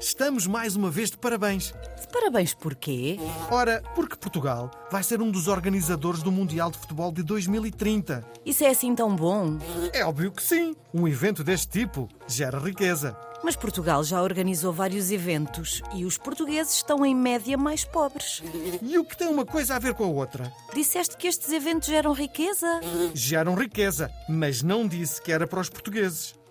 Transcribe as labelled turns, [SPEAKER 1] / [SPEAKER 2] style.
[SPEAKER 1] Estamos mais uma vez de parabéns.
[SPEAKER 2] De parabéns porquê?
[SPEAKER 1] Ora, porque Portugal vai ser um dos organizadores do Mundial de Futebol de 2030.
[SPEAKER 2] Isso é assim tão bom.
[SPEAKER 1] É óbvio que sim. Um evento deste tipo gera riqueza.
[SPEAKER 2] Mas Portugal já organizou vários eventos e os portugueses estão em média mais pobres.
[SPEAKER 1] E o que tem uma coisa a ver com a outra?
[SPEAKER 2] Disseste que estes eventos geram riqueza?
[SPEAKER 1] Geram riqueza, mas não disse que era para os portugueses.